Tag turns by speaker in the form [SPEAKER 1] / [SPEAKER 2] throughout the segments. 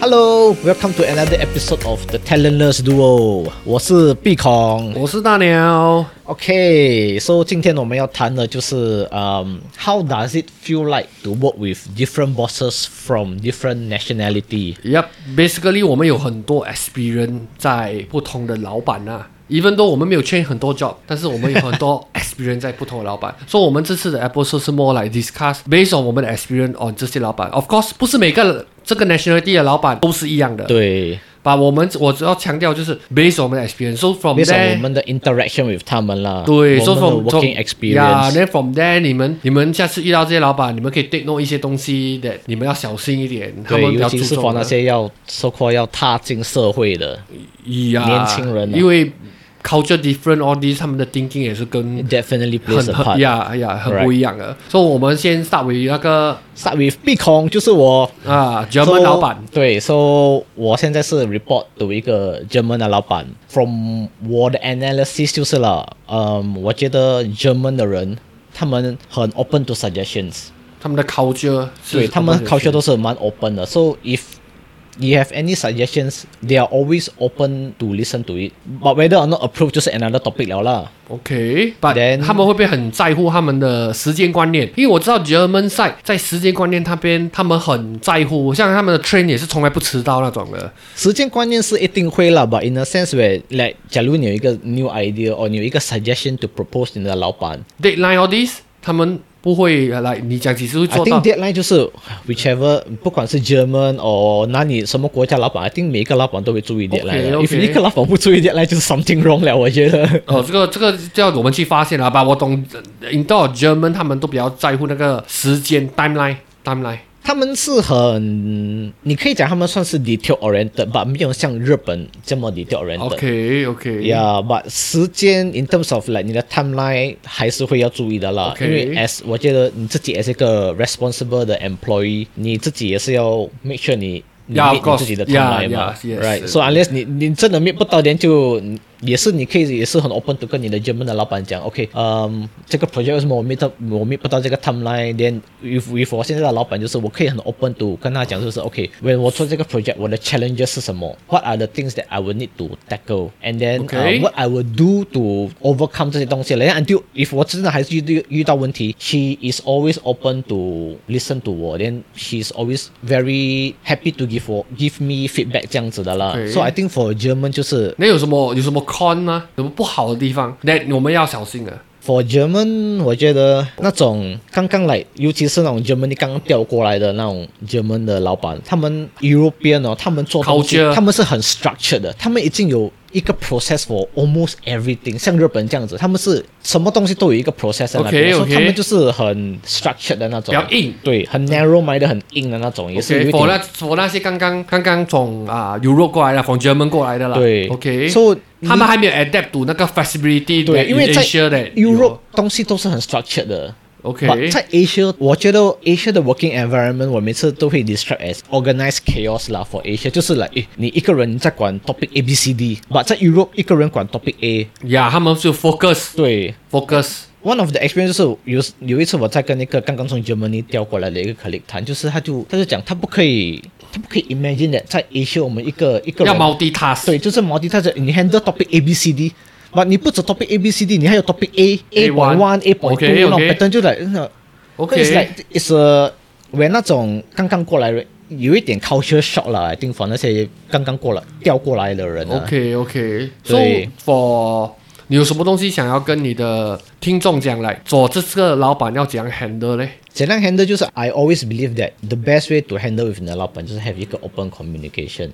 [SPEAKER 1] Hello, welcome to another episode of the Talentless Duo。我是碧孔。
[SPEAKER 2] 我是大鸟，
[SPEAKER 1] OK, so 今天我们要谈的就是，嗯、h o w does it feel like to work with different bosses from different nationality？
[SPEAKER 2] Yep, basically 我们有很多 experience 在不同的老板呐、even though 我们没有 change 很多 job，但是我们有很 多 experience 在不同的老板。所、以我们这次的 episode 是 more like discuss based on 我们的 experience on 这些老板。Of course，不是每个这个 nationality 的老板都是一样的。
[SPEAKER 1] 对，
[SPEAKER 2] 把我们我只要强调就是 based on 我们的 experience，so from
[SPEAKER 1] 至少
[SPEAKER 2] there
[SPEAKER 1] 我们的 interaction with 他们啦，
[SPEAKER 2] 对，
[SPEAKER 1] 我
[SPEAKER 2] so
[SPEAKER 1] 们的
[SPEAKER 2] from
[SPEAKER 1] working
[SPEAKER 2] Yeah,
[SPEAKER 1] experience。
[SPEAKER 2] then from there，你们你们下次遇到这些老板，你们可以 take note 一些东西的，你们要小心一点，他
[SPEAKER 1] 对，
[SPEAKER 2] 们比
[SPEAKER 1] 尤
[SPEAKER 2] 较
[SPEAKER 1] 其
[SPEAKER 2] 注
[SPEAKER 1] 是
[SPEAKER 2] 重
[SPEAKER 1] 否那
[SPEAKER 2] 的
[SPEAKER 1] 些要说过要踏进社会的
[SPEAKER 2] 呀
[SPEAKER 1] 年轻人啊
[SPEAKER 2] 因为 culture different all these，他们的 thinking 也是跟
[SPEAKER 1] ，definitely
[SPEAKER 2] 很
[SPEAKER 1] plays a
[SPEAKER 2] 很
[SPEAKER 1] part。
[SPEAKER 2] 呀呀很
[SPEAKER 1] Right
[SPEAKER 2] 不一样的。所以我们先 start with 那个
[SPEAKER 1] Start with 碧空，就是我。
[SPEAKER 2] 啊 German 老板
[SPEAKER 1] So，对，so 我现在是 report 有一个 German 的老板。From 我的 analysis 就是了，嗯，我觉得 German 的人他们很 open to suggestions，
[SPEAKER 2] 他们的 culture 是
[SPEAKER 1] 对他们 culture 都
[SPEAKER 2] 是
[SPEAKER 1] 是蛮 open 的。So if you have any suggestions, they are always open to listen to it. But whether or not approve 就是 another topic 了啦。
[SPEAKER 2] OK，but
[SPEAKER 1] Then-
[SPEAKER 2] 他们会不会很在乎他们的时间观念？因为我知道 German side 在时间观念那边，他们很在乎，像他们的 train 也是从来不迟到那种的。
[SPEAKER 1] 时间观念是一定会啦，but in a sense where like 假如你有一个 new idea or 你有一个 suggestion to propose 你的老板，
[SPEAKER 2] Deadline all this，他们不会来，你讲几时会
[SPEAKER 1] I
[SPEAKER 2] 做
[SPEAKER 1] think
[SPEAKER 2] 到？
[SPEAKER 1] deadline 就是 whichever 不管是 German or 哪里什么国家老板，I think 每一个老板都会注意 deadline 的。
[SPEAKER 2] OK，OK
[SPEAKER 1] If 一个老板不注意 deadline，就是 something wrong 了，我觉 得。
[SPEAKER 2] 哦，这个这个就要我们去发现了吧？我懂，你到 German 他们都比较在乎那个时间 timeline timeline。
[SPEAKER 1] 他们是很，你可以讲他们算是 detail oriented，but 没有像日本这么 detail oriented。
[SPEAKER 2] OK OK，
[SPEAKER 1] Yeah，but 时间 in terms of like 你的 timeline 还是会要注意的啦
[SPEAKER 2] OK
[SPEAKER 1] 因为 as 我觉得你自己 as 一个 responsible 的 employee，你自己也是要 make sure 你你
[SPEAKER 2] Yeah, of
[SPEAKER 1] meet 你
[SPEAKER 2] course.
[SPEAKER 1] 自己的
[SPEAKER 2] Yeah,
[SPEAKER 1] timeline 嘛
[SPEAKER 2] yeah, yes.
[SPEAKER 1] right？So unless 你你真的 meet 不到，点就也是你可以也是很 open to 跟你的 German 的老板讲，OK，嗯、这个 um, project 为什么我 meet 到我 meet 不到这个 timeline？Then if if 我现在的老板就是我可以很 open kan lah to 跟他讲，就是 OK，when、我做这个 project，我的 challenges 是什么？What are the things that I will need to tackle？And then、uh,
[SPEAKER 2] Okay.
[SPEAKER 1] what I will do to overcome 这些东西。然后 until if 我真的还是遇遇到问题，she is always open to listen to 我，then she is always very happy to give 我 give me feedback 这样子的啦。
[SPEAKER 2] Okay.
[SPEAKER 1] So I think for German 就是
[SPEAKER 2] 那有什么有什么 con 吗？有什么不好的地方？那我们要小心啊。
[SPEAKER 1] for German，我觉得那种刚刚来，尤其是那种 Germany 刚刚调过来的那种 German 的老板，他们 European 哦，他们做东西
[SPEAKER 2] Culture
[SPEAKER 1] 他们是很 structured 的，他们已经有一个 process for almost everything，像日本这样子，他们是什么东西都有一个 process 在那边
[SPEAKER 2] OK，OK
[SPEAKER 1] 所以他们就是很 structured 的那
[SPEAKER 2] 比
[SPEAKER 1] 种，
[SPEAKER 2] 较硬。
[SPEAKER 1] 对，很 narrow mind 的，很硬的那种，也是有
[SPEAKER 2] OK，
[SPEAKER 1] 一
[SPEAKER 2] 我那
[SPEAKER 1] 点。
[SPEAKER 2] 我那些刚刚刚刚从啊 Europe 过来的，从 German 过来的啦。
[SPEAKER 1] 对
[SPEAKER 2] ，OK，
[SPEAKER 1] So，
[SPEAKER 2] 他们还没有 adapt to 那个 flexibility
[SPEAKER 1] 对，因为在
[SPEAKER 2] Asia 的
[SPEAKER 1] Europe 东西都是很 structured 的，
[SPEAKER 2] OK，
[SPEAKER 1] But 在 Asia，我觉得 Asia 的 working environment，我每次都会 describe as organized chaos 啦。For Asia，就是 like 诶你一个人在管 topic A B C D，but 在 Europe 一个人管 topic A。
[SPEAKER 2] 呀，他们就 focus
[SPEAKER 1] 对
[SPEAKER 2] focus。
[SPEAKER 1] ，one of the experience 就是有有一次我在跟那个刚刚从 Germany 调过来的一个 colleague 谈，就是他就他就讲他不可以他不可以 imagine that 在 Asia 我们一个一个
[SPEAKER 2] 要
[SPEAKER 1] 人
[SPEAKER 2] multitask，
[SPEAKER 1] 对，就是毛 u 他 t 你 handle topic A B C D，but 你不止 topic A B C D，你还有 topic A A
[SPEAKER 2] A1
[SPEAKER 1] point one A point
[SPEAKER 2] OK，OK
[SPEAKER 1] two 那种 pattern 就 like 那种
[SPEAKER 2] OK
[SPEAKER 1] It's like it's a when 那种刚刚过来人有一点 culture shock 啦，I think for 那些刚刚过来调过来的人、啊。
[SPEAKER 2] OK OK，
[SPEAKER 1] 对
[SPEAKER 2] so、for 你有什么东西想要跟你的听众讲来？做这个老板要怎样 handle 嘞？
[SPEAKER 1] 怎样 handle 就是 I always believe that the best way to handle with 你的老板就是 have 一个 open communication。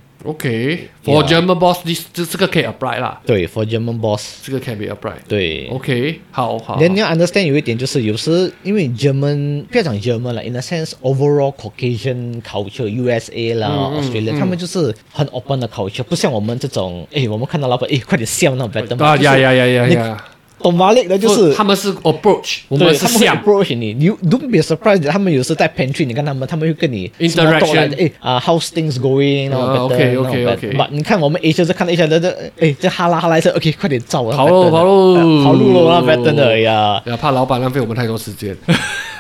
[SPEAKER 2] OK，for、
[SPEAKER 1] Yeah
[SPEAKER 2] German boss，这这这个可以 apply 啦，
[SPEAKER 1] 对，for German boss，
[SPEAKER 2] 这个可以 apply。
[SPEAKER 1] 对。
[SPEAKER 2] OK，好好。
[SPEAKER 1] then 你要 understand 有一点就是，有时因为 German 不要讲 German 了，in a sense overall Caucasian culture USA 啦、Australia，、他
[SPEAKER 2] 嗯
[SPEAKER 1] 们就是很 open 的 culture，不像我们这种，哎，我们看到老板，哎，快点笑那种 b a t t e
[SPEAKER 2] 啊呀呀呀呀呀！
[SPEAKER 1] 懂马力的就
[SPEAKER 2] 不
[SPEAKER 1] 是。
[SPEAKER 2] 他们是 approach，我
[SPEAKER 1] 对
[SPEAKER 2] 们是
[SPEAKER 1] 他们会
[SPEAKER 2] 想
[SPEAKER 1] approach 你，you don't be surprised。他们有时在 pantry，你看他们，他们会跟你
[SPEAKER 2] Interaction
[SPEAKER 1] 哎啊，how's things going？然
[SPEAKER 2] 啊
[SPEAKER 1] 后
[SPEAKER 2] OK，OK，OK
[SPEAKER 1] 把你看我们 Asia 是看到 Asia 的这，哎，这哈拉哈拉一声，OK，快点走啊，
[SPEAKER 2] 跑喽
[SPEAKER 1] pattern 啊
[SPEAKER 2] 跑喽
[SPEAKER 1] 跑路了，那 pattern 的呀。
[SPEAKER 2] 呀，怕老板浪费我们太多时间。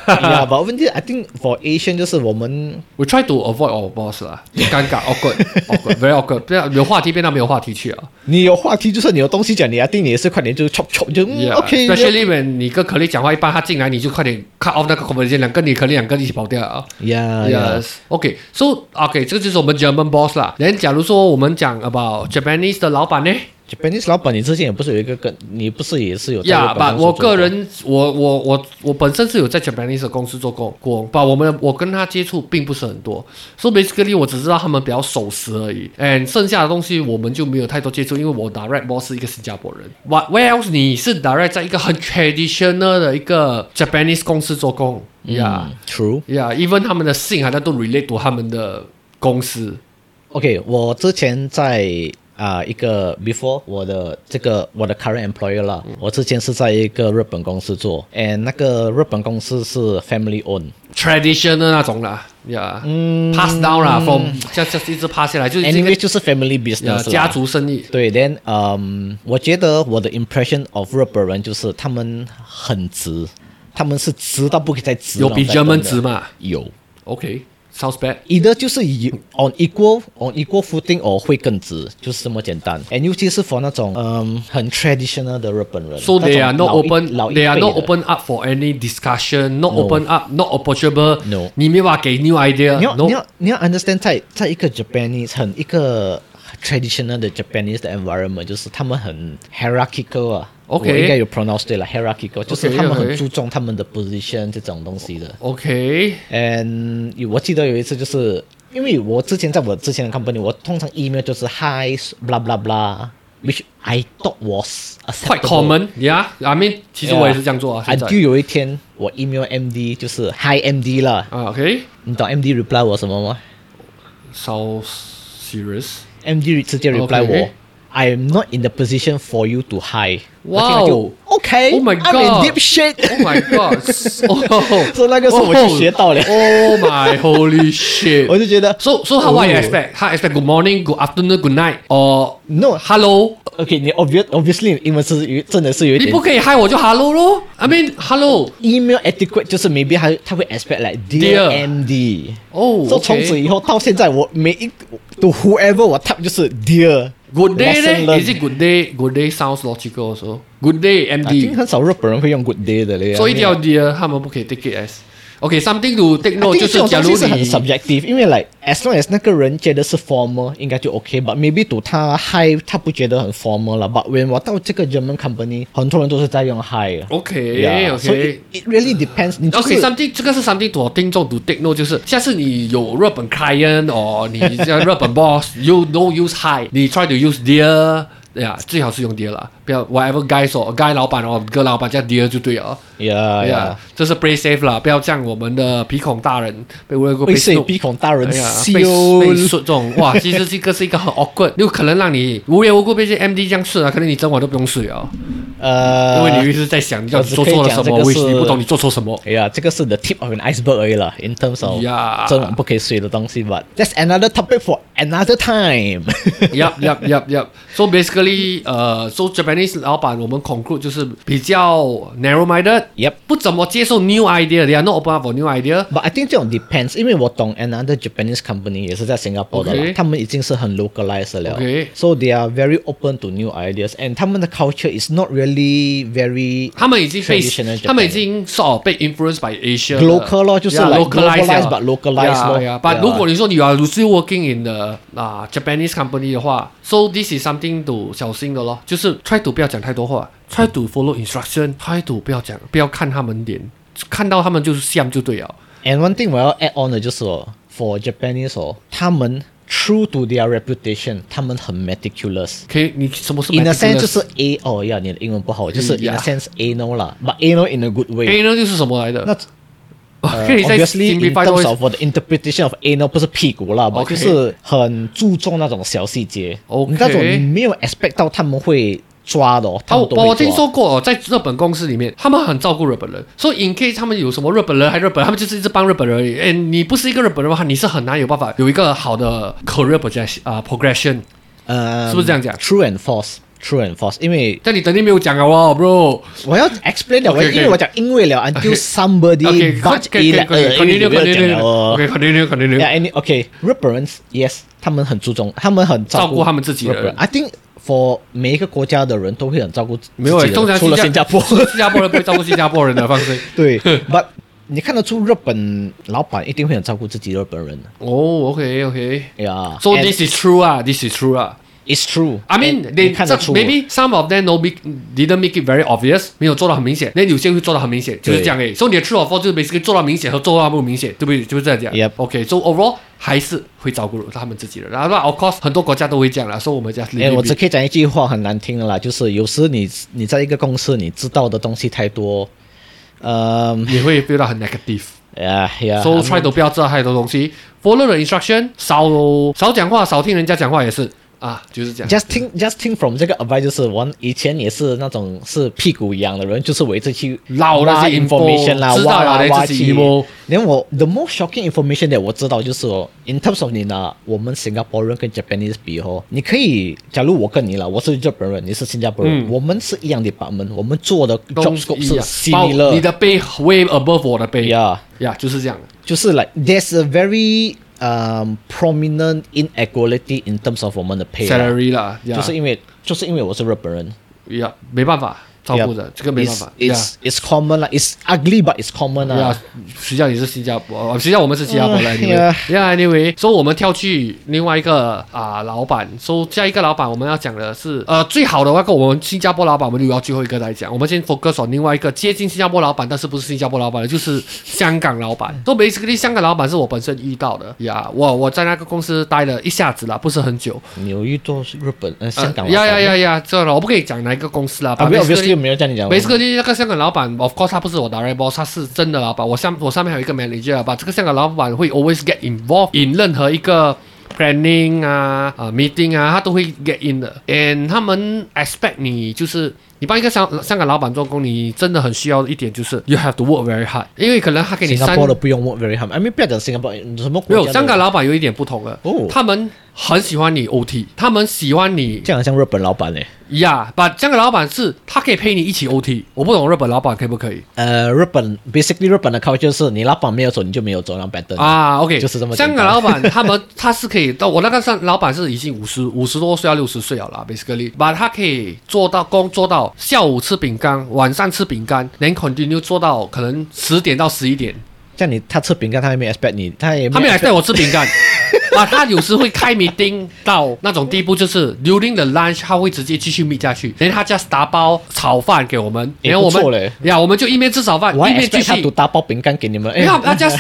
[SPEAKER 1] yeah, but 问题 I think for Asian 就是我们
[SPEAKER 2] We try to avoid our boss 啦，尴尬 awkward awkward very awkward，变到有话题变到没有话题去啊。
[SPEAKER 1] 你有话题就是你有东西讲，你一定你也是快点就 chop chop 就嗯
[SPEAKER 2] Yeah,
[SPEAKER 1] OK
[SPEAKER 2] especially when 你跟可丽讲话一般，他进来你就快点 cut off 那个 conversation，两个你可丽两个一起跑掉啊。
[SPEAKER 1] yeah Ah, yeah
[SPEAKER 2] Yes. OK. So OK，这个就是我们 German boss 啦。连假如说我们讲 about Japanese 的老板呢
[SPEAKER 1] Japanese 老板，你之前也不是有一个跟你不是也是有在日
[SPEAKER 2] 呀，
[SPEAKER 1] 本公
[SPEAKER 2] 把
[SPEAKER 1] 司做
[SPEAKER 2] 我
[SPEAKER 1] 过
[SPEAKER 2] 个人，我我我我本身是有在 Japanese 的公司做过过，把我们我跟他接触并不是很多，so basically 我只知道他们比较守时而已，and 剩下的东西我们就没有太多接触，因为我 direct boss 是一个新加坡人，what where else 你是 direct 在一个很 traditional 的一个 Japanese 公司做工呀。
[SPEAKER 1] 嗯 true
[SPEAKER 2] Yeah，even 他们的姓好像都 relate to 他们的公司。
[SPEAKER 1] OK，我之前在啊、一个 before 我的这个我的 current employer 啦，
[SPEAKER 2] 嗯
[SPEAKER 1] 我之前是在一个日本公司做，and 那个日本公司是 family owned。
[SPEAKER 2] traditional 那种啦，yeah，pass
[SPEAKER 1] 嗯
[SPEAKER 2] down 啦，from 像像一直 pass 下来，就是这个
[SPEAKER 1] Anyway，就是 family
[SPEAKER 2] yeah，
[SPEAKER 1] business 啦
[SPEAKER 2] 呃家。族生意。
[SPEAKER 1] 对，then 嗯、我觉得我的 impression of 日本人就是他们很直，他们是直到不可以再直了。
[SPEAKER 2] 有比
[SPEAKER 1] 在等
[SPEAKER 2] German
[SPEAKER 1] 的
[SPEAKER 2] 直嘛
[SPEAKER 1] 有。
[SPEAKER 2] ？OK，sounds bad。
[SPEAKER 1] either 就是以 on equal on equal footing or 会更直，就是这么简单。and 尤其是 for 那种嗯很 traditional 的日本人
[SPEAKER 2] So they are
[SPEAKER 1] 那种
[SPEAKER 2] not
[SPEAKER 1] 老一
[SPEAKER 2] open.
[SPEAKER 1] 老一
[SPEAKER 2] They are
[SPEAKER 1] 辈
[SPEAKER 2] not
[SPEAKER 1] 的
[SPEAKER 2] open up for any discussion. Not
[SPEAKER 1] No.
[SPEAKER 2] open up. Not approachable.
[SPEAKER 1] No.
[SPEAKER 2] 你没有办法给 new idea.
[SPEAKER 1] 你要
[SPEAKER 2] No.
[SPEAKER 1] 你要你要 understand 在在一个 Japanese 很一个 traditional 的 Japanese 的 environment，就是他们很 hierarchical 啊。
[SPEAKER 2] OK
[SPEAKER 1] 我应该有 pronounce 对了，hierarchical 就是
[SPEAKER 2] OK，
[SPEAKER 1] 他们很
[SPEAKER 2] OK
[SPEAKER 1] 注重他们的 position 这种东西的。
[SPEAKER 2] OK.
[SPEAKER 1] And 有我记得有一次就是，因为我之前在我之前的 company，我通常 email 就是 hi blah blah blah，which I thought was
[SPEAKER 2] Quite
[SPEAKER 1] acceptable.
[SPEAKER 2] common. Yeah. I mean，其实我也是这样做啊。现在
[SPEAKER 1] until 有一天我 email MD 就是 hi MD 了，
[SPEAKER 2] 啊，OK。
[SPEAKER 1] 你懂 MD reply 我什么吗
[SPEAKER 2] So serious.
[SPEAKER 1] ？MD 直
[SPEAKER 2] 哦
[SPEAKER 1] 接 reply 我。
[SPEAKER 2] Okay
[SPEAKER 1] I am not in the position for you to hi。
[SPEAKER 2] 哇哦
[SPEAKER 1] o k
[SPEAKER 2] Oh my
[SPEAKER 1] I'm
[SPEAKER 2] god
[SPEAKER 1] in deep shit。
[SPEAKER 2] Oh my god！哦，
[SPEAKER 1] So 那个时候我就学到了
[SPEAKER 2] Oh my holy shit！
[SPEAKER 1] 我就 觉得
[SPEAKER 2] So so how what you
[SPEAKER 1] 哦
[SPEAKER 2] expect？他 expect good morning, good afternoon, good night or
[SPEAKER 1] No
[SPEAKER 2] hello？
[SPEAKER 1] OK，你 obvious obviously 你英文是有真的是有一
[SPEAKER 2] 你
[SPEAKER 1] 点
[SPEAKER 2] 不可以嗨我就 hello 咯。I mean hello。
[SPEAKER 1] email etiquette 就是 maybe 他他会 expect like
[SPEAKER 2] Dear
[SPEAKER 1] dear MD。
[SPEAKER 2] 哦
[SPEAKER 1] 所以从此以后到现在，我每一都 whoever 我 type 就是 dear
[SPEAKER 2] Good day
[SPEAKER 1] lesson
[SPEAKER 2] 呢
[SPEAKER 1] learned
[SPEAKER 2] ？Is it good day? Good day sounds logical also. Good day
[SPEAKER 1] 啊今天
[SPEAKER 2] MD。
[SPEAKER 1] 很少日本人会用 good day 的嘞。
[SPEAKER 2] 所以一定要 dear，他们不可以 take it as。OK something to take
[SPEAKER 1] 因
[SPEAKER 2] note
[SPEAKER 1] 为
[SPEAKER 2] 就是
[SPEAKER 1] 这
[SPEAKER 2] 假
[SPEAKER 1] 种
[SPEAKER 2] 如
[SPEAKER 1] 东西是很
[SPEAKER 2] 你
[SPEAKER 1] subjective，因为 like as long as 那个人觉得是 formal，应该就 OK，but maybe to 他 hi 他不觉得很 formal 了。But when 我到这个 German company，很多人都是在用 hi 的。
[SPEAKER 2] OK
[SPEAKER 1] Yeah，所
[SPEAKER 2] OK
[SPEAKER 1] 以。it it really depends，你就是
[SPEAKER 2] OK，something 这个是 something to 听众 to take note，就是下次你有日本 client 哦，你叫日本 boss，you no use hi，你 try to use dear，哎呀，最好是用 dear 啦，不要 whatever guy 说 guy 老板哦，哥老板叫 dear 就对了哦。哎
[SPEAKER 1] yeah
[SPEAKER 2] 呀
[SPEAKER 1] yeah，，
[SPEAKER 2] 这是 play safe 啦，不要像我们的鼻孔大人被无论过被
[SPEAKER 1] 被谁
[SPEAKER 2] snoop
[SPEAKER 1] 鼻孔大人 E
[SPEAKER 2] 哎呀，
[SPEAKER 1] 羞
[SPEAKER 2] 被被说这种哇， 其实这个是一个哦很 awkward，有可能让你无缘无故被这 MD 这样试啊，可能你整晚都不用睡哦，
[SPEAKER 1] 呃
[SPEAKER 2] 因为你一直在想你到底
[SPEAKER 1] 我只
[SPEAKER 2] 做
[SPEAKER 1] 可以
[SPEAKER 2] 错了
[SPEAKER 1] 讲
[SPEAKER 2] 什
[SPEAKER 1] 这
[SPEAKER 2] 么，
[SPEAKER 1] 个
[SPEAKER 2] 为什么
[SPEAKER 1] 是
[SPEAKER 2] 你不懂你做错什么。
[SPEAKER 1] 哎呀，这个是 the tip of an iceberg 而已啦，in terms of
[SPEAKER 2] Yeah
[SPEAKER 1] 这种不可以睡的东西，but that's another topic for another time 。
[SPEAKER 2] Yup, yup, yup, yup. So basically，呃、s o Japanese 老板，我们 conclude 就是比较 narrow-minded，
[SPEAKER 1] Yep
[SPEAKER 2] 不怎么接受 new idea，they are not open up for new idea。
[SPEAKER 1] But I think 这种 depends，因为我懂 another Japanese company 也是在新加坡的啦
[SPEAKER 2] Okay
[SPEAKER 1] 他们已经是很 localized 的了
[SPEAKER 2] Okay
[SPEAKER 1] so they are very open to new ideas，and 他们的 culture is not really very
[SPEAKER 2] 他们已经被
[SPEAKER 1] Traditional Japan
[SPEAKER 2] 他们已经 sort of 被 influenced by Asia 了
[SPEAKER 1] Local 咯就是
[SPEAKER 2] Yeah,
[SPEAKER 1] like
[SPEAKER 2] localized
[SPEAKER 1] globalized
[SPEAKER 2] 了
[SPEAKER 1] but localized 咯
[SPEAKER 2] Yeah, yeah. But
[SPEAKER 1] Yeah
[SPEAKER 2] 如果你说你 are still working in the 啊、Japanese company 的话，so this is something to 小心的咯，就是 try to 不要讲太多话，try to follow instruction，try to 不要讲，不要看他们脸，看到他们就是像就对了。
[SPEAKER 1] And one thing 我要 add on 的就是哦，for Japanese 哦，他们 true to their reputation，他们很 meticulous。
[SPEAKER 2] 可以，你什么是
[SPEAKER 1] In a sense
[SPEAKER 2] meticulous？
[SPEAKER 1] 就是 A 哦呀，你的英文不好，就是 in a
[SPEAKER 2] Yeah
[SPEAKER 1] sense A no 啦，but A no in a good way。
[SPEAKER 2] anal 就是什么来的？
[SPEAKER 1] 那呃
[SPEAKER 2] 可以再
[SPEAKER 1] obviously in
[SPEAKER 2] simplify 多
[SPEAKER 1] terms
[SPEAKER 2] 一
[SPEAKER 1] of 我的 interpretation of A no 不是屁股啦，我
[SPEAKER 2] OK
[SPEAKER 1] 就是很注重那种小细节。
[SPEAKER 2] OK
[SPEAKER 1] 那种你没有 expect 到他们会抓的哦，他
[SPEAKER 2] 哦，
[SPEAKER 1] 们都会抓。
[SPEAKER 2] 我我听说过、哦，在日本公司里面，他们很照顾日本人，所以 in case 他们有什么日本人还日本，他们就是一直帮日本人而已。哎，你不是一个日本人的话，你是很难有办法有一个好的 career projection 啊、progression，
[SPEAKER 1] 呃，
[SPEAKER 2] 是不是这样讲
[SPEAKER 1] ？True and false。 true and false，因为
[SPEAKER 2] 但你等你没有讲啊哇，bro。
[SPEAKER 1] 我要 explain 了，我
[SPEAKER 2] Okay, okay.
[SPEAKER 1] 因为我讲因为了，until somebody
[SPEAKER 2] OK，
[SPEAKER 1] but
[SPEAKER 2] OK，OK，
[SPEAKER 1] in 了，因为
[SPEAKER 2] continue，
[SPEAKER 1] 你没有讲
[SPEAKER 2] continue，
[SPEAKER 1] 了哦。
[SPEAKER 2] OK，continue，continue
[SPEAKER 1] Yeah, any OK，日本人 yes，他们很注重，他们很
[SPEAKER 2] 照
[SPEAKER 1] 顾
[SPEAKER 2] 顾他们自己的人
[SPEAKER 1] I think for 每一个国家的人都会很照顾自己
[SPEAKER 2] 没有
[SPEAKER 1] 的
[SPEAKER 2] 欸
[SPEAKER 1] 人
[SPEAKER 2] 通常
[SPEAKER 1] 除了
[SPEAKER 2] 新
[SPEAKER 1] 新加
[SPEAKER 2] 加
[SPEAKER 1] 坡，
[SPEAKER 2] 新加坡人不会照顾新加坡人的，放 心。
[SPEAKER 1] 对，but 你看得出日本老板一定会很照顾自己的日本人的
[SPEAKER 2] 哦，OK，OK。
[SPEAKER 1] 呀。
[SPEAKER 2] So
[SPEAKER 1] and
[SPEAKER 2] this is true 啊，this is true 啊。
[SPEAKER 1] is true.
[SPEAKER 2] I
[SPEAKER 1] and
[SPEAKER 2] mean,
[SPEAKER 1] 你
[SPEAKER 2] they
[SPEAKER 1] 看得出
[SPEAKER 2] maybe some of them no make didn't make it very obvious，没有做到很明显。那有些会做到很明显，就是这样诶。所以你的 true or false 就是 basically 做到明显和做到不明显，对不对？就是这样讲。
[SPEAKER 1] Yep
[SPEAKER 2] OK，so overall 还是会照顾他们自己的。然后那 of course 很多国家都会这样啦，所以我们讲。
[SPEAKER 1] 哎、我只可以讲一句话很难听的啦，就是有时你你在一个公司，你知道的东西太多，嗯，
[SPEAKER 2] 你会 feel 到很 negative。
[SPEAKER 1] 呀呀，
[SPEAKER 2] So try 都不要知道太多东西，follow the instruction，少少讲话，少听人家讲话也是啊，就是这样。
[SPEAKER 1] just 听 just 听 from 这个 advice 就是我以前也是那种是屁股一样的人，就是我一直去
[SPEAKER 2] 捞那
[SPEAKER 1] 挖
[SPEAKER 2] 些 info，
[SPEAKER 1] information 啦，
[SPEAKER 2] 知道
[SPEAKER 1] 挖
[SPEAKER 2] 了
[SPEAKER 1] 来
[SPEAKER 2] 嘞
[SPEAKER 1] 挖
[SPEAKER 2] 自己
[SPEAKER 1] 去
[SPEAKER 2] emo。
[SPEAKER 1] 连我 the most shocking information that 我知道就是哦，in terms of 你呢，我们新加坡人跟 Japanese 比哦，你可以假如我跟你啦，我是日本人，你是新加坡
[SPEAKER 2] 嗯
[SPEAKER 1] 人，我们是一样的把门，我们做的 job
[SPEAKER 2] 东西
[SPEAKER 1] scope 是
[SPEAKER 2] 啊包你
[SPEAKER 1] similar
[SPEAKER 2] 的背 way above 我的背呀
[SPEAKER 1] 呀。
[SPEAKER 2] 呀，就是这样。
[SPEAKER 1] 就是 like there's a very um prominent inequality in terms of 我们的 pay 啦
[SPEAKER 2] salary 啦，呀
[SPEAKER 1] 就是因为就是因为我是日本人，
[SPEAKER 2] 呀，没办法照顾的，这个没办法啊呀
[SPEAKER 1] It's it's it's common 啦，it's ugly but it's common
[SPEAKER 2] 呀
[SPEAKER 1] 啦。。
[SPEAKER 2] 实际上你是新加坡，呃实际上我们是新加坡
[SPEAKER 1] 哎
[SPEAKER 2] 人。
[SPEAKER 1] 呀
[SPEAKER 2] 呀，anyway，所以我们跳去另外一个啊老板，说、so, 下一个老板我们要讲的是呃最好的那个我们新加坡老板，我们留到最后一个来讲。我们先 focus on 另外一个接近新加坡老板，但是不是新加坡老板的，就是香港老
[SPEAKER 1] 嗯
[SPEAKER 2] 板。so basically 香港老板是我本身遇到的呀我我在那个公司待了一下子啦，不是很久。
[SPEAKER 1] 你有遇到日本呃香港老
[SPEAKER 2] 呀
[SPEAKER 1] 板
[SPEAKER 2] 呀呀呀，这了，我不可以讲哪一个公司啦，
[SPEAKER 1] 啊，
[SPEAKER 2] but
[SPEAKER 1] 没有
[SPEAKER 2] 啊 basically-
[SPEAKER 1] obviously 没有叫你讲。
[SPEAKER 2] basically 那个香港老板，of course 他不是我 direct boss，他是真的老板。我上我上面还有一个 manager，把这个香港老板会 always get involved in 任何一个 planning 啊啊 meeting 啊，他都会 get in 的。And 他们 expect 你就是。你帮一个香香港老板做工，你真的很需要一点就是 you have to work very hard，因为可能他给你
[SPEAKER 1] 新
[SPEAKER 2] 三
[SPEAKER 1] 加坡的不用 work very hard。I mean 不要讲新加坡什么国家
[SPEAKER 2] 没有
[SPEAKER 1] 的
[SPEAKER 2] 香港老板有一点不同了，
[SPEAKER 1] 哦
[SPEAKER 2] 他们很喜欢你 OT，他们喜欢你
[SPEAKER 1] 这样像日本老板欸嘞。
[SPEAKER 2] 呀，把香港老板是他可以陪你一起 OT，我不懂日本老板可不可以？
[SPEAKER 1] 呃，日本 basically 日本的 culture 是你老板没有走你就没有走，那 b a t t
[SPEAKER 2] 啊，OK，
[SPEAKER 1] 就是这么简
[SPEAKER 2] 香
[SPEAKER 1] 单
[SPEAKER 2] 港老板他们他是可以到我那个上老板是已经五十五十多岁到六十岁了啦，basically，把他可以做到工做到下午吃饼干，晚上吃饼干，能 continue 做到可能十点到十一点，
[SPEAKER 1] 像你他吃饼干，他也没 expect 你，他也
[SPEAKER 2] 他们也
[SPEAKER 1] expect
[SPEAKER 2] 带我吃饼 干。啊，他有时会开 meeting 到那种地步，就是 during the lunch，他会直接继续 meet 下去，连他 just 打包炒饭给我们，
[SPEAKER 1] 也
[SPEAKER 2] 然后我
[SPEAKER 1] 不错
[SPEAKER 2] 们
[SPEAKER 1] 嘞
[SPEAKER 2] 呀，我们就一面吃早饭，
[SPEAKER 1] 我
[SPEAKER 2] 一
[SPEAKER 1] 还
[SPEAKER 2] 面继
[SPEAKER 1] expect 他
[SPEAKER 2] 续
[SPEAKER 1] 读打包饼干给你们。哎
[SPEAKER 2] 没有，他 just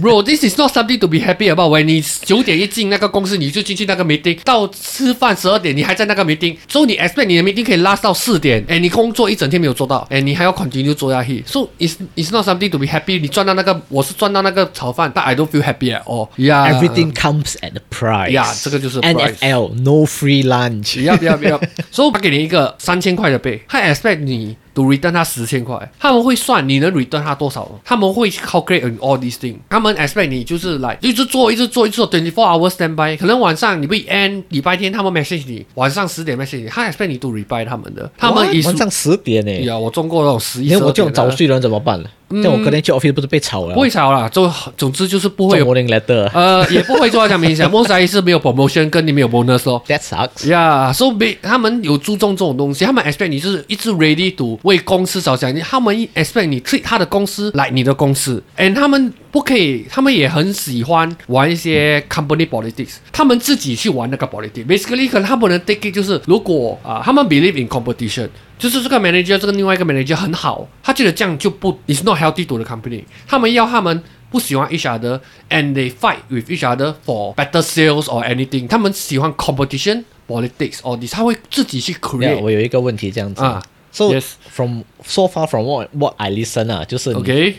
[SPEAKER 2] bro this is not something to be happy about。when 你九点一进那个公司，你就进去那个 meeting，到吃饭十二点，你还在那个 meeting，所、so、以你 expect 你的 meeting 可以 last 到四点，哎，你工作一整天没有做到，哎，你还要 continue 做下去，so it's it's not something to be happy。你赚到那个，我是赚到那个炒饭，但 I don't feel happy at all。Yeah。
[SPEAKER 1] Everything comes at a price.
[SPEAKER 2] 呀啊这个就是 price
[SPEAKER 1] NFL no free lunch.
[SPEAKER 2] 不要不要 不要！所以我给你一个三千块的杯，他 expect 你 to return 他十千块，他们会算你能 return 他多少，他们会 calculate on all these things，他们 expect 你就是来一直做一直做一直做 twenty four hours standby，可能晚上你 weekend 礼拜天他们 message 你，晚上十点 message 你，他 expect 你 to reply 他们的，他们
[SPEAKER 1] What？
[SPEAKER 2] 已
[SPEAKER 1] 晚上十点欸呢、
[SPEAKER 2] 呀，我中过那种十一
[SPEAKER 1] 连我这种早
[SPEAKER 2] 早
[SPEAKER 1] 睡的人怎么办？这
[SPEAKER 2] 嗯
[SPEAKER 1] 样我隔天去 office 不是被炒了？
[SPEAKER 2] 不会吵啦，就总之就是不会
[SPEAKER 1] 中
[SPEAKER 2] 有
[SPEAKER 1] morning letter，、
[SPEAKER 2] 呃也不会做到这样 明显，莫塞是没有 promotion 跟你没有 bonus 哦。
[SPEAKER 1] that sucks。
[SPEAKER 2] 呀，所以没他们有注重这种东西，他们 expect 你就是一直 ready to 为公司着想，他们 expect 你 treat 他的公司来你的公司，and 他们不可以，他们也很喜欢玩一些 company politics，他们自己去玩那个 politics，basically 可能他们的 take it 就是如果啊、他们 believe in competition。就是这个 manager，这个另外一个 manager 很好，他觉得这样就不，it's not healthy to the company。他们要他们不喜欢 each other，and they fight with each other for better sales or anything。他们喜欢 competition politics or this，他会自己去
[SPEAKER 1] Yeah，
[SPEAKER 2] create。
[SPEAKER 1] 我有一个问题这样子。
[SPEAKER 2] 啊
[SPEAKER 1] so
[SPEAKER 2] yes
[SPEAKER 1] from so far from what what I listen 啊，就是你
[SPEAKER 2] OK，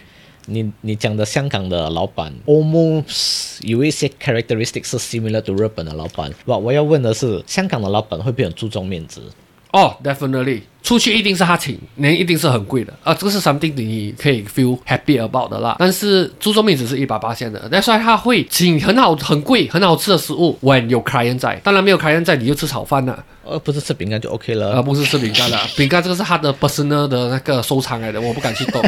[SPEAKER 1] 你你讲的香港的老板，almost 有一些 characteristic 是 similar to 日本的老板。我我要问的是，香港的老板会不会很注重面子？
[SPEAKER 2] 哦、d e f i n i t e l y 出去一定是他请，那一定是很贵的啊，这个是 something 你可以 feel happy about 的啦。但是朱宗明只是一百八线的，但是他会请很好、很贵、很好吃的食物，when 有 client 在，当然没有 client 在，你就吃炒饭了。
[SPEAKER 1] 呃，不是吃饼干就 OK 了。
[SPEAKER 2] 而不是吃饼干了。啊饼干这个是他的 personal 的那个收藏来的，我不敢去 动，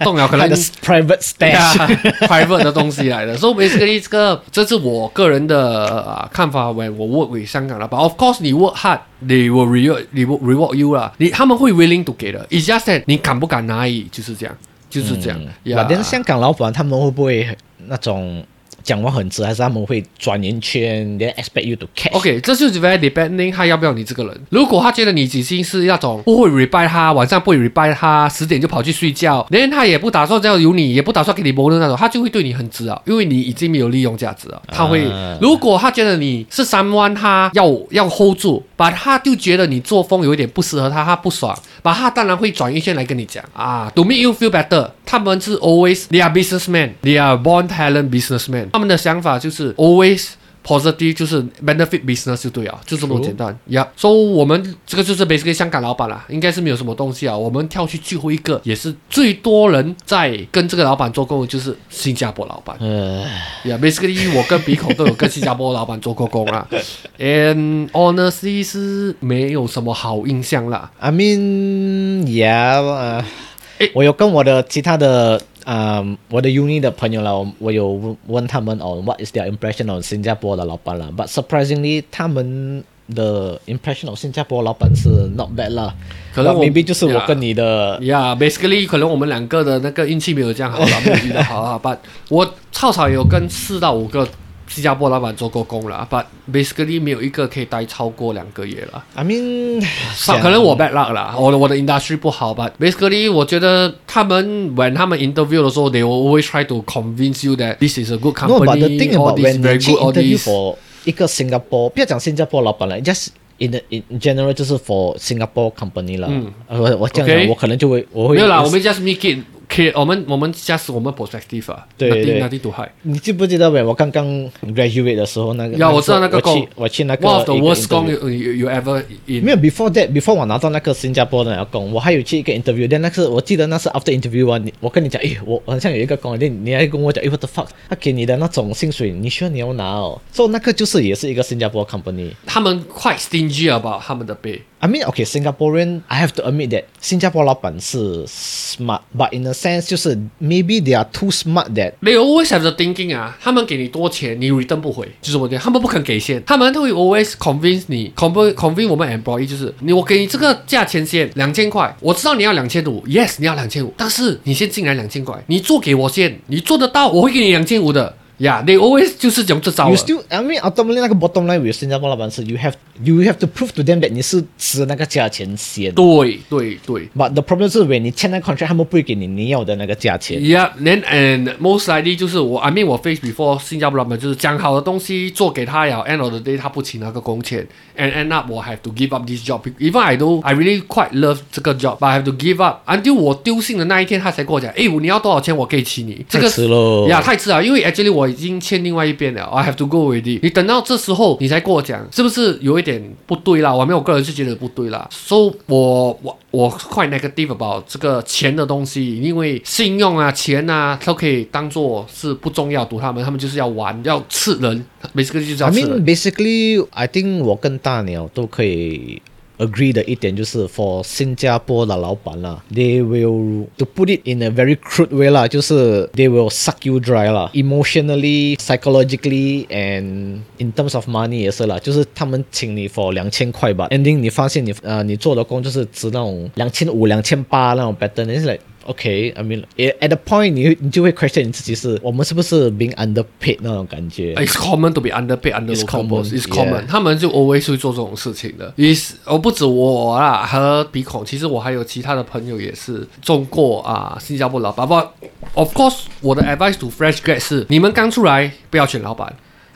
[SPEAKER 2] 动了可
[SPEAKER 1] 他
[SPEAKER 2] 能
[SPEAKER 1] 的 private stash，、
[SPEAKER 2] 啊 private 的东西来的。所以 basically 这个这是我个人的啊、看法，我我 work with 香港了。But of course 你 work hard。They will reward, they will reward you 啦，你他们会 willing to 给的，it's just that 你敢不敢拿而已，就是这样，就是这样。呀
[SPEAKER 1] 嗯那但是香港老板他们会不会那种讲话很直，还是他们会转圆圈，then expect you to catch？
[SPEAKER 2] OK，这就是 very depending 他要不要你这个人。如果他觉得你已经是那种不会 reply 他，晚上不会 reply 他，十点就跑去睡觉，连他也不打算再有你，也不打算给你 b o 那种，他就会对你很直啊，因为你已经没有利用价值了。他会，
[SPEAKER 1] 啊
[SPEAKER 2] 如果他觉得你是三万，他要要 hold 住，把他就觉得你作风有一点不适合他，他不爽，把他当然会转一圈来跟你讲啊，to make you feel better。他们是 always they are businessmen, they are born talent businessmen。他们的想法就是 always。positive 就是 benefit business 就对啊，就这么
[SPEAKER 1] True
[SPEAKER 2] 简单。呀，所以我们这个就是 basically 香港老板啦，应该是没有什么东西啊。我们跳去最后一个，也是最多人在跟这个老板做工，的就是新加坡老板。
[SPEAKER 1] 呃，
[SPEAKER 2] Yeah, basically 我跟鼻孔都有跟新加坡老板做过工 啦，and honestly 是没有什么好印象啦。
[SPEAKER 1] I mean, yeah，呃
[SPEAKER 2] 诶
[SPEAKER 1] 我有跟我的其他的，嗯，我的 uni 的朋友啦，我我有问问他们哦，what is their impression on 新加坡的老板啦？But surprisingly，他们的 impression of 新加坡老板是 not bad 啦。
[SPEAKER 2] 可能
[SPEAKER 1] But
[SPEAKER 2] 我
[SPEAKER 1] maybe 就是我
[SPEAKER 2] yeah
[SPEAKER 1] 跟你的
[SPEAKER 2] Yeah, basically 可能我们两个的那个运气没有这样好啦，没有遇到好 啦。But 我超少有跟四到五个新加坡老板做过工啦，But basically 没有一个可以待超过两个月啦。
[SPEAKER 1] ，I mean，
[SPEAKER 2] 少啊可能我 bad luck 啦，我的我的 industry 不好吧。Basically，我觉得他们 when 他们 interview 的时候，they will always try to convince you that this is a good
[SPEAKER 1] No, but the thing
[SPEAKER 2] company, all
[SPEAKER 1] about
[SPEAKER 2] this
[SPEAKER 1] when
[SPEAKER 2] very
[SPEAKER 1] you
[SPEAKER 2] good, all
[SPEAKER 1] interview
[SPEAKER 2] this.
[SPEAKER 1] for 一个 Singapore，不要讲新加坡老板了，just in the, in general 就是 for Singapore company 了。嗯，我我这样讲
[SPEAKER 2] OK
[SPEAKER 1] 我可能就会我会
[SPEAKER 2] 没有啦，我们 just make it clear，我们我们 just 我们 perspective 啊，
[SPEAKER 1] 对对
[SPEAKER 2] n o t h i n g to hide。
[SPEAKER 1] 你记不记得呗？我刚刚 graduate 的时候那个，
[SPEAKER 2] 呀，我知道
[SPEAKER 1] 那
[SPEAKER 2] 那个
[SPEAKER 1] 时候我
[SPEAKER 2] 工
[SPEAKER 1] 去，我去那个
[SPEAKER 2] one of the
[SPEAKER 1] 一个
[SPEAKER 2] worst 工
[SPEAKER 1] interview
[SPEAKER 2] you you you ever
[SPEAKER 1] 没
[SPEAKER 2] in。
[SPEAKER 1] 有，before that before 我拿到那个新加坡的那个工，我还有去一个 interview，但那是我记得那是 after interview 啊，你我跟你讲，诶，我我好像有一个工，你你还跟我讲，诶 w h a t the fuck，他给你的那种薪水，你需要你要拿哦，所、以那个就是也是一个新加坡 company。
[SPEAKER 2] 他们 quite stingy about 他们的 pay。
[SPEAKER 1] I mean, okay, Singaporean. I have to admit that 新加坡老板是 smart, but in a sense 就是 maybe they are too smart that
[SPEAKER 2] They always have the thinking 啊，他们给你多钱，你 return 不回，就是我讲，他们不肯给先，他们都会 always convince 你，convince convince 我们 employee 就是你，我给你这个价钱先两千块，我知道你要两千五，yes 你要两千五，但是你先进来两千块，你做给我先，你做得到，我会给你两千五的。Yeah，they always 就是讲这招啊了
[SPEAKER 1] you。still. I mean, ultimately 那个 bottom line with 新加坡老板是 you have you have to prove to them that 你是值那个价钱先。
[SPEAKER 2] 对对对
[SPEAKER 1] But the problem 是，when 你签那个 contract，他们不会给你你要的那个价钱。
[SPEAKER 2] Yeah, then and most likely 就是我，I mean 我 face before 新加坡老板就是讲好的东西做给他了，end of the day 他不请那个工钱，and end up 我 have to give up this job. Even I do, I really quite love 这个 job, but I have to give up. Until 我丢信的那一天，他才跟我讲，哎，你要多少钱，我可以请你。这个
[SPEAKER 1] 太迟咯
[SPEAKER 2] 呀啊太迟了，因为 actually 我已经签另外一边了，I have to go with it。你等到这时候你才跟我讲，是不是有一点不对啦？我没有个人是觉得不对啦。So 我我我 quite negative about 这个钱的东西，因为信用啊、钱啊都可以当做是不重要，赌他们，他们就是要玩，要吃人，basically 就是
[SPEAKER 1] I
[SPEAKER 2] 要吃
[SPEAKER 1] mean,
[SPEAKER 2] 人。
[SPEAKER 1] basically, I think 我跟大鸟都可以 agree 的一点就是，for 新加坡的老板啦，they will to put it in a very crude way 啦，就是 they will suck you dry 啦，emotionally, psychologically and in terms of money 也是啦，就是他们请你 for 两千块吧，ending 你发现你呃你做的工就是值那种两千五、两千八那种 pattern，你是 like。OK，I、mean at the point 你会你就会 question 你自己是我们是不是 being underpaid 那种感觉。
[SPEAKER 2] It's common to be underpaid, under
[SPEAKER 1] It's
[SPEAKER 2] local
[SPEAKER 1] common,
[SPEAKER 2] boss. It's
[SPEAKER 1] yeah.
[SPEAKER 2] common. 他们就 always 会做这种事情的。Is 哦，不止我啦，和鼻孔，其实我还有其他的朋友也是中过啊，新加坡老板。But of course，我的 advice to fresh grad 是，你们刚出来不要选老板。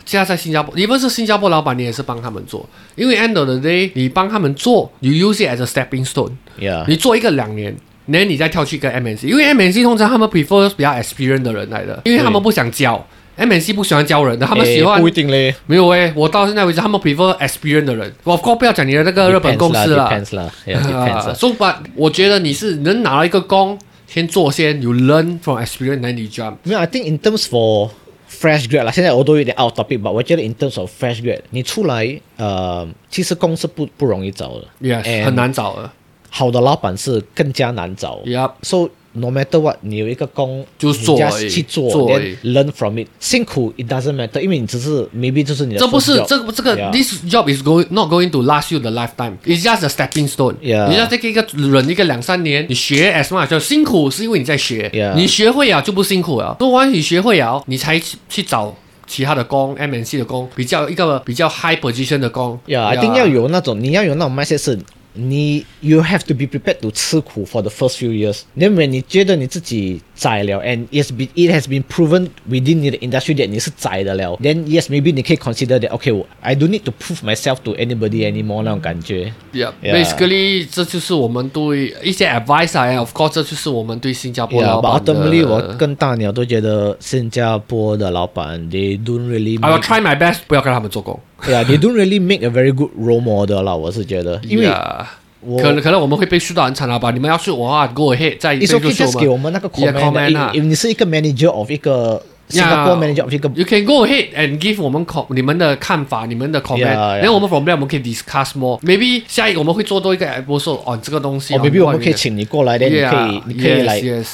[SPEAKER 2] 现在在新加坡，你们是新加坡老板，你也是帮他们做，因为 end of the day，你帮他们做，you use it as a stepping stone。
[SPEAKER 1] Yeah.
[SPEAKER 2] 你做一个两年。然后你再跳去一个 MNC，因为 MNC 通常他们 prefer 比较 experienced 的人来的，因为他们不想教， MNC 不喜欢教人的，他们喜
[SPEAKER 1] 诶
[SPEAKER 2] 欢
[SPEAKER 1] 不一定嘞，
[SPEAKER 2] 没有诶，我到现在为止，他们 prefer experience 的人。我 of course 不要讲你的那个日本公司啊了。
[SPEAKER 1] ，depends 啊啦，yeah depends 啦。
[SPEAKER 2] so but 我觉得你是能拿到一个工，先做先，you learn from experience，then you jump。
[SPEAKER 1] 没有，I think in terms for fresh grad 啦，现在我都有点 out topic 吧。我觉得 in terms of fresh grad，你出来呃，其实工是不不容易找的
[SPEAKER 2] Yes，
[SPEAKER 1] And
[SPEAKER 2] 很难找的。
[SPEAKER 1] 好的老板是更加难找。
[SPEAKER 2] Yup，
[SPEAKER 1] So no matter what，你有一个工，
[SPEAKER 2] 就
[SPEAKER 1] 你
[SPEAKER 2] 做
[SPEAKER 1] just
[SPEAKER 2] 而已
[SPEAKER 1] 去做
[SPEAKER 2] 做而已
[SPEAKER 1] then，learn from it。辛苦 it doesn't matter，因为你只是 maybe 就是你的
[SPEAKER 2] 这不
[SPEAKER 1] first
[SPEAKER 2] 是
[SPEAKER 1] job
[SPEAKER 2] 这个这个
[SPEAKER 1] Yeah
[SPEAKER 2] this job is going not going to last you the lifetime. It's just a stepping stone.
[SPEAKER 1] Yeah
[SPEAKER 2] 你要再给一个人一个两三年，你学 as much 就辛苦是因为你在学
[SPEAKER 1] Yeah
[SPEAKER 2] 你学会了就不辛苦了。做完你学会啊了，你才去去找其他的工，MNC 的工，比较一个比较 high position 的工。
[SPEAKER 1] 呀，一定要有那种，你要有那种 mindset 是，你 you have to be prepared to 吃苦 for the first few years。因为你觉得你自己窄了，and yes be it has been proven within 你的 industry that 你是窄的了，then yes maybe 你可以 consider that okay 我 I don't need to prove myself to anybody anymore 那种感觉。
[SPEAKER 2] Yeah,
[SPEAKER 1] Yeah.
[SPEAKER 2] basically 这就是我们对一些 advice 啊，of course 这就是我们对新加坡
[SPEAKER 1] Yeah,
[SPEAKER 2] 老
[SPEAKER 1] but
[SPEAKER 2] 板的。
[SPEAKER 1] ultimately 我跟大鸟都觉得新加坡的老板 they don't really
[SPEAKER 2] I will
[SPEAKER 1] make
[SPEAKER 2] try my best，不要跟他们做工。
[SPEAKER 1] yeah they don't really make a very good role model 啦，我是觉得，因为
[SPEAKER 2] Yeah
[SPEAKER 1] 我
[SPEAKER 2] 可能可能我们会被训到很惨了吧？你们要训我的话，go ahead，再
[SPEAKER 1] 你
[SPEAKER 2] 再
[SPEAKER 1] 说可
[SPEAKER 2] 就
[SPEAKER 1] 以
[SPEAKER 2] 训
[SPEAKER 1] just 给
[SPEAKER 2] 我
[SPEAKER 1] 我们
[SPEAKER 2] 们。
[SPEAKER 1] 那个
[SPEAKER 2] Yeah,
[SPEAKER 1] comment，
[SPEAKER 2] comment 啊
[SPEAKER 1] 的因为你是一个 manager of 一个 Singapore manager of 一个
[SPEAKER 2] You can go ahead and give 我们 com 你们的看法，你们的 comment，
[SPEAKER 1] Yeah, yeah.
[SPEAKER 2] 然后我们 from there 我们可以 discuss more。Maybe 下一个我们会做多一个 episode on 这个东西。
[SPEAKER 1] 哦
[SPEAKER 2] on
[SPEAKER 1] ，maybe 我们
[SPEAKER 2] what
[SPEAKER 1] 可以请你过来的，你可
[SPEAKER 2] Yeah,
[SPEAKER 1] 以你可以
[SPEAKER 2] yes,
[SPEAKER 1] 来
[SPEAKER 2] yes.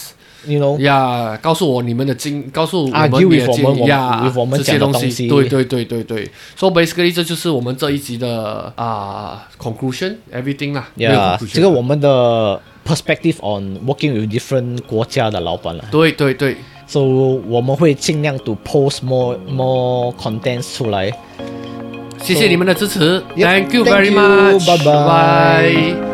[SPEAKER 1] you know
[SPEAKER 2] 呀告诉我你们的经，告诉我们
[SPEAKER 1] Argue
[SPEAKER 2] 你的
[SPEAKER 1] with
[SPEAKER 2] 经
[SPEAKER 1] 我们
[SPEAKER 2] 验呀
[SPEAKER 1] 我们 with 我们
[SPEAKER 2] 这些
[SPEAKER 1] 讲的
[SPEAKER 2] 东
[SPEAKER 1] 东西
[SPEAKER 2] 对对对对对。So basically，这就是我们这一集的啊、conclusion everything 啦。没有
[SPEAKER 1] yeah，
[SPEAKER 2] conclusion
[SPEAKER 1] 这个我们的 perspective on working with different 国家的老板了
[SPEAKER 2] 对对对
[SPEAKER 1] ，so 我们会尽量 to post more more contents 出来。
[SPEAKER 2] 谢谢你们的支持
[SPEAKER 1] Yep，
[SPEAKER 2] ，Thank you
[SPEAKER 1] thank
[SPEAKER 2] very
[SPEAKER 1] you，
[SPEAKER 2] much，
[SPEAKER 1] 拜拜
[SPEAKER 2] 拜